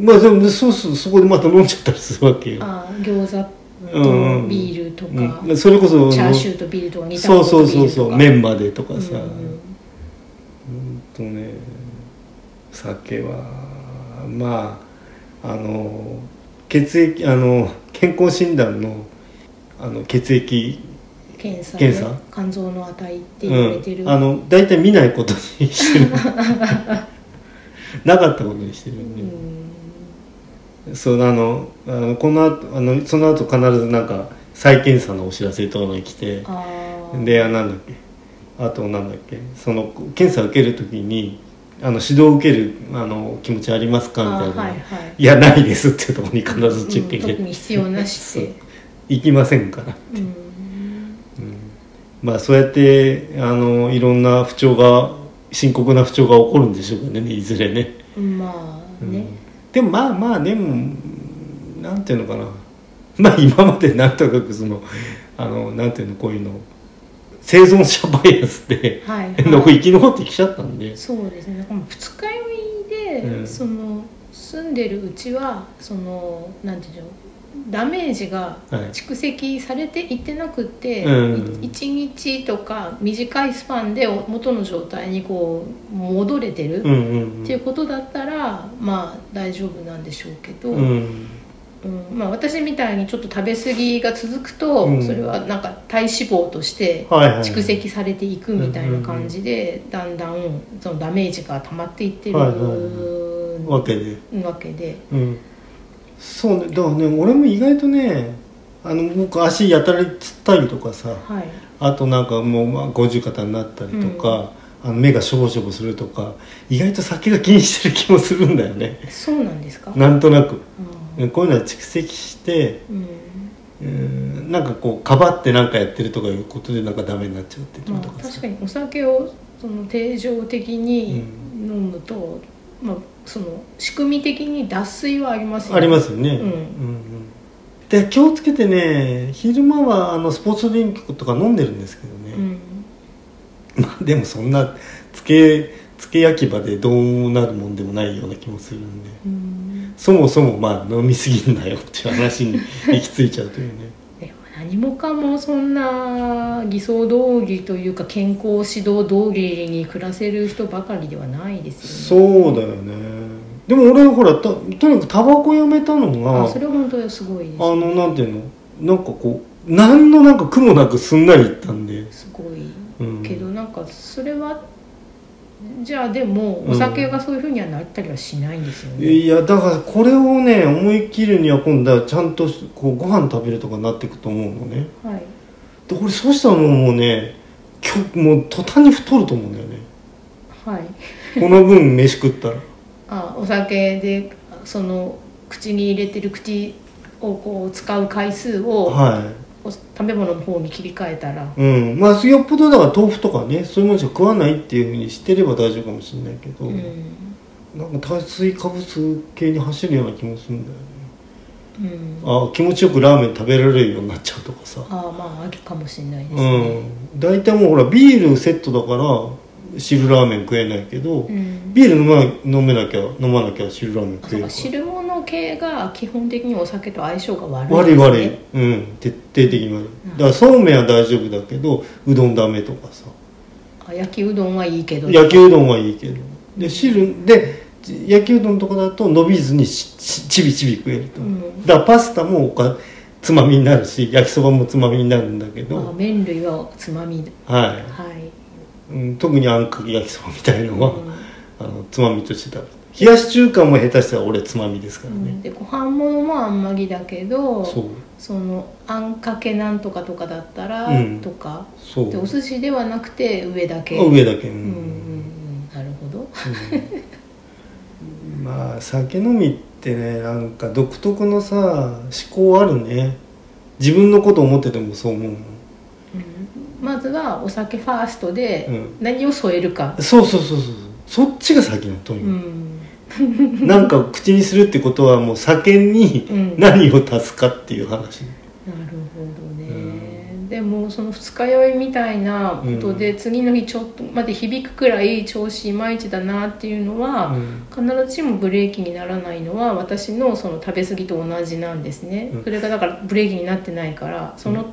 S1: まあでもそうそうそこでまた飲んじゃったりするわけよ
S2: あー餃子
S1: うんう
S2: と
S1: ん
S2: ビールとか、
S1: うん、それこそ
S2: チャーシューとビールとか煮た
S1: そ
S2: も
S1: う
S2: の
S1: そ
S2: と
S1: う
S2: ビールとか
S1: そうそうメンマでとかさ、
S2: う
S1: うん
S2: うん
S1: ん、とね酒はまああの血液あの健康診断のあの血液
S2: 検査
S1: 検査
S2: 肝臓の値って言われてる、
S1: うん、あの大体見ないことにしてるなかったことにしてる
S2: う
S1: よね、
S2: ん
S1: そうあのあのこの後あのその後必ずなんか再検査のお知らせとかが来て
S2: あー
S1: であなんだっけあとなんだっけその検査受けるときにあの指導受けるあの気持ちあります
S2: あ
S1: かみた
S2: ー
S1: いな、
S2: はいはい
S1: いやないですってところに必ずチェック
S2: うん、
S1: 入れ
S2: 特
S1: て、
S2: に必要なしって
S1: 行きませんから、
S2: うん
S1: うんまあそうやってあのいろんな不調が深刻な不調が起こるんでしょうかねいずれね、
S2: まあ
S1: うん
S2: ね、
S1: でもまあまあでもなんていうのかなまあ今までなんとなくそのあのなんていうのこういうの生存者バイアスで
S2: はい、はい、
S1: の生き残ってきちゃったんで、
S2: そうですね。なんかもう二日酔いで、
S1: うん
S2: その住んでるうちはそのなんていうんでしょう。ダメージが
S1: はい
S2: 蓄積されていってなくて、
S1: うん
S2: い一日とか短いスパンで元の状態にこう戻れて
S1: う
S2: るっ
S1: んうんうん
S2: ていうことだったら、まあ大丈夫なんでしょうけど、
S1: うん
S2: うんまあ私みたいにちょっと食べ過ぎが続くと、
S1: うん
S2: それはなんか体脂肪として
S1: はいはい、
S2: 蓄積されていくみたいな感じで、だんだんそのダメージが溜まっていってる
S1: はいはい
S2: わ
S1: わけで、
S2: けで、
S1: うん、そうねだからね俺も意外とねあの僕足やたらつったりとかさ
S2: はい
S1: あとなんかもうまあ50肩になったりとか、あの目がしょぼしょぼするとか意外と先が気にしてる気もするんだよ ね
S2: そうなんですか
S1: なんとなく
S2: あ
S1: こういうのは蓄積して
S2: ーうん
S1: うんなんかこうかばってなんかやってるとかいうことでなんかダメになっちゃうっていう
S2: ま
S1: の
S2: あ
S1: とか
S2: 確
S1: さ、
S2: かにお酒をその定常的に飲むと、まあその仕組み的に脱水はありますよ
S1: あ、りますよね、
S2: うん
S1: うんで気をつけてね昼間はあのスポーツドリンクとか飲んでるんですけどね、
S2: うん、
S1: まあでもそんなつけつけ焼き場でどうなるもんでもないような気もするんで
S2: うん、
S1: そもそもまあ飲みすぎんなよっていう話に行き着いちゃうというね
S2: でも何もかもそんな偽装道義というか健康指導道義に暮らせる人ばかりではないですよね
S1: そうだよねでも俺はほらととにかくタバコやめたのが
S2: あそれは本当にすごいで
S1: あのなんていうのなんかこう何のなんか苦もなくすんなりいったんで、
S2: すすごい
S1: うん、
S2: けどなんかそれはじゃあでも
S1: うん
S2: お酒がそういうふうにはなったりはしないんですよね、
S1: いやだからこれをね思い切るには今度はちゃんとこうご飯食べるとかになっていくと思うのね
S2: はい
S1: で俺そうしたらもうねきょもう途端に太ると思うんだよね
S2: はい
S1: この分飯食ったら
S2: あお酒でその口に入れてる口をこう使う回数を
S1: は
S2: お食べ物の方に切り替えたら
S1: いうんまあよっぽどだから豆腐とかねそういうものしか食わないっていうふうにしてれば大丈夫かもしれないけど、
S2: うん
S1: なんか炭水化物系に走るような気もするんだよね
S2: うん
S1: あ気持ちよくラーメン食べられるようになっちゃうとかさ
S2: ああまああるかもしれないです
S1: う
S2: ね
S1: ん大体もうほらビールセットだから汁ラーメン食えないけど、
S2: うん、
S1: ビール飲ま飲めなきゃ飲まなきゃ汁ラーメン食
S2: そ
S1: えるか
S2: うか
S1: ら
S2: 汁物系が基本的にお酒と相性が悪い
S1: 悪い
S2: ですね
S1: 悪いうん徹底的に悪い
S2: うん
S1: だからそうめんは大丈夫だけどうどんダメとかさ
S2: あ焼きうどんはいいけど
S1: 焼きうどんはいいけどで汁でじ焼きうどんとかだと伸びずにししちびちび食えると、
S2: うん
S1: だからパスタもおかつまみになるし焼きそばもつまみになるんだけ
S2: あ
S1: ど、
S2: 麺類はつまみ
S1: は
S2: はい、
S1: いうん、特にあんかけ焼きそばみたいのは、
S2: うん
S1: あのつまみとして食べる冷やし中華も下手したら俺つまみですか
S2: う
S1: ら
S2: ん
S1: ね、
S2: でご飯物もあんまりだけど
S1: そう
S2: そのあんかけなんとかとかだったら、
S1: うん
S2: とか
S1: そう
S2: でお寿司ではなくて上だけ
S1: あ上だけうん
S2: うんうんうんなるほど
S1: うんまあ酒飲みってねなんか独特のさ思考あるね自分のこと思っててもそう思うの
S2: うんまずはお酒ファーストで
S1: うん
S2: 何を添えるか、
S1: そうそうそうそうそっちが先のと
S2: う
S1: にか
S2: ん
S1: くなんか口にするってことはもう酒に
S2: うん
S1: 何を足すかっていう話、
S2: なるほどね、
S1: う
S2: でもその二日酔いみたいなことで、
S1: う
S2: 次の日ちょっとまで響くくらい調子いまいちだなっていうのは、
S1: うん
S2: 必ずしもブレーキにならないのは私のその食べ過ぎと同じなんですね、
S1: うん
S2: それがだからブレーキになってないからその、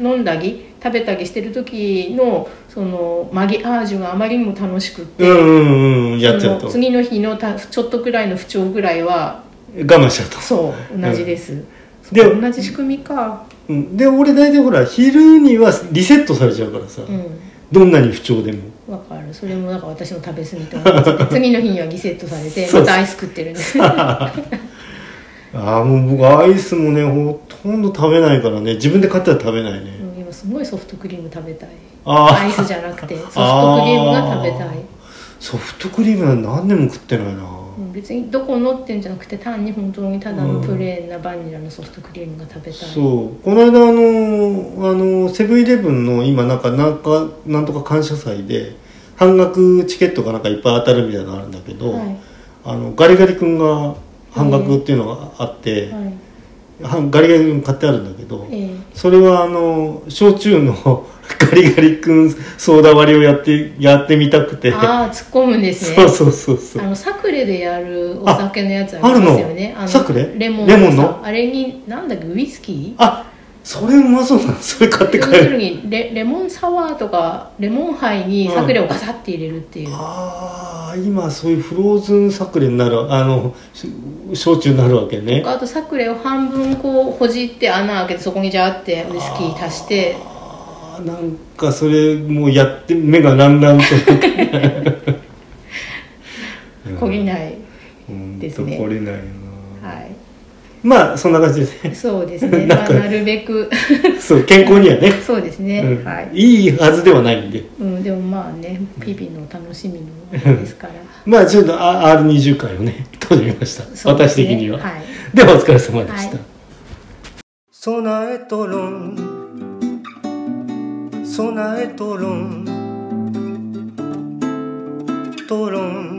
S2: 飲んだり食べたりしてる時のそのマギアージュがあまりにも楽しくって、
S1: うんうんうんやっちゃう
S2: そ
S1: と我
S2: の次の日のたちょっとくらいの不調ぐらいは
S1: 慢しちゃうと
S2: そう同じです、そ
S1: で
S2: う同じ仕組みか、
S1: うん、で俺大体ほら昼にはリセットされちゃうからさ、
S2: う
S1: どんなに不調でも
S2: んわかるそれもなんか私の食べ過ぎと同じで次の日にはリセットされて
S1: そう
S2: またアイス食ってる んです
S1: ああもう僕アイスもねほとんど食べないからね自分で買ったら食べないね、
S2: うん今すごいソフトクリーム食べたいア
S1: あ
S2: イ
S1: あ
S2: スじゃなくてソフトクリームが食べたい
S1: ソフトクリームなんて何年も食ってないな、
S2: うん別にどこのってんじゃなくて単に本当にただのプレーンなバニラのソフトクリームが食べたい、
S1: そうこの間あのあのセブンイレブンの今なんかなんかなんとか感謝祭で半額チケットがなんかいっぱい当たるみたいなのあるんだけど、
S2: はい
S1: あのガリガリ君が半額っていうのがあって、
S2: はい
S1: はガリガリ君買ってあるんだけど、
S2: ええ
S1: それはあの焼酎の ガリガリ君ソーダ割りをやってやってみたくて
S2: ああ突っ込むんですね
S1: そうそうそうそ
S2: あ
S1: う
S2: のサクレでやるお酒のやつあ
S1: あ
S2: りますよね
S1: あるのサクレ
S2: レモン
S1: レモン
S2: さ
S1: の
S2: あれになんだっけウイスキー
S1: あそれうまそうなのそれ買って
S2: 要
S1: 帰
S2: す
S1: る
S2: るにレレモンサワーとかレモンハイにサクレをガサッて入れるっていう、
S1: ああ今そういうフローズンサクレになるあのし焼酎になるわけね
S2: あとサクレを半分こうほじって穴開けてそこにジャーってウイスキー足して
S1: あーなんかそれもうやって目がランランと
S2: 焦げない、
S1: い
S2: ですね
S1: これないな
S2: はい
S1: まあそんな感じ ですね
S2: そうですね
S1: なん
S2: まあ
S1: か
S2: なるべく
S1: そう健康にはね、
S2: そうですね、
S1: うん
S2: はい、
S1: いいはずではないんで
S2: うん、でもまあね日々の楽しみのあれですから
S1: まあちょっとあ R20 回をね閉じました、
S2: そうで
S1: 私
S2: すね
S1: 的には、
S2: はい
S1: ではお疲れ様でした、
S2: はい
S1: ソナエトロンソナエトロントロン